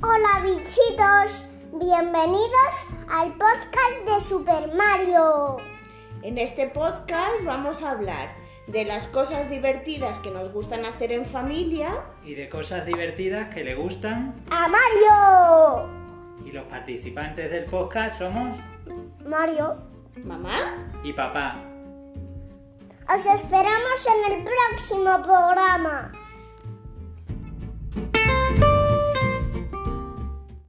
Hola bichitos, bienvenidos al podcast de Super Mario. En este podcast vamos a hablar de las cosas divertidas que nos gustan hacer en familia y de cosas divertidas que le gustan. A Mario. Y los participantes del podcast somos Mario, mamá y papá. os esperamos en el próximo programa.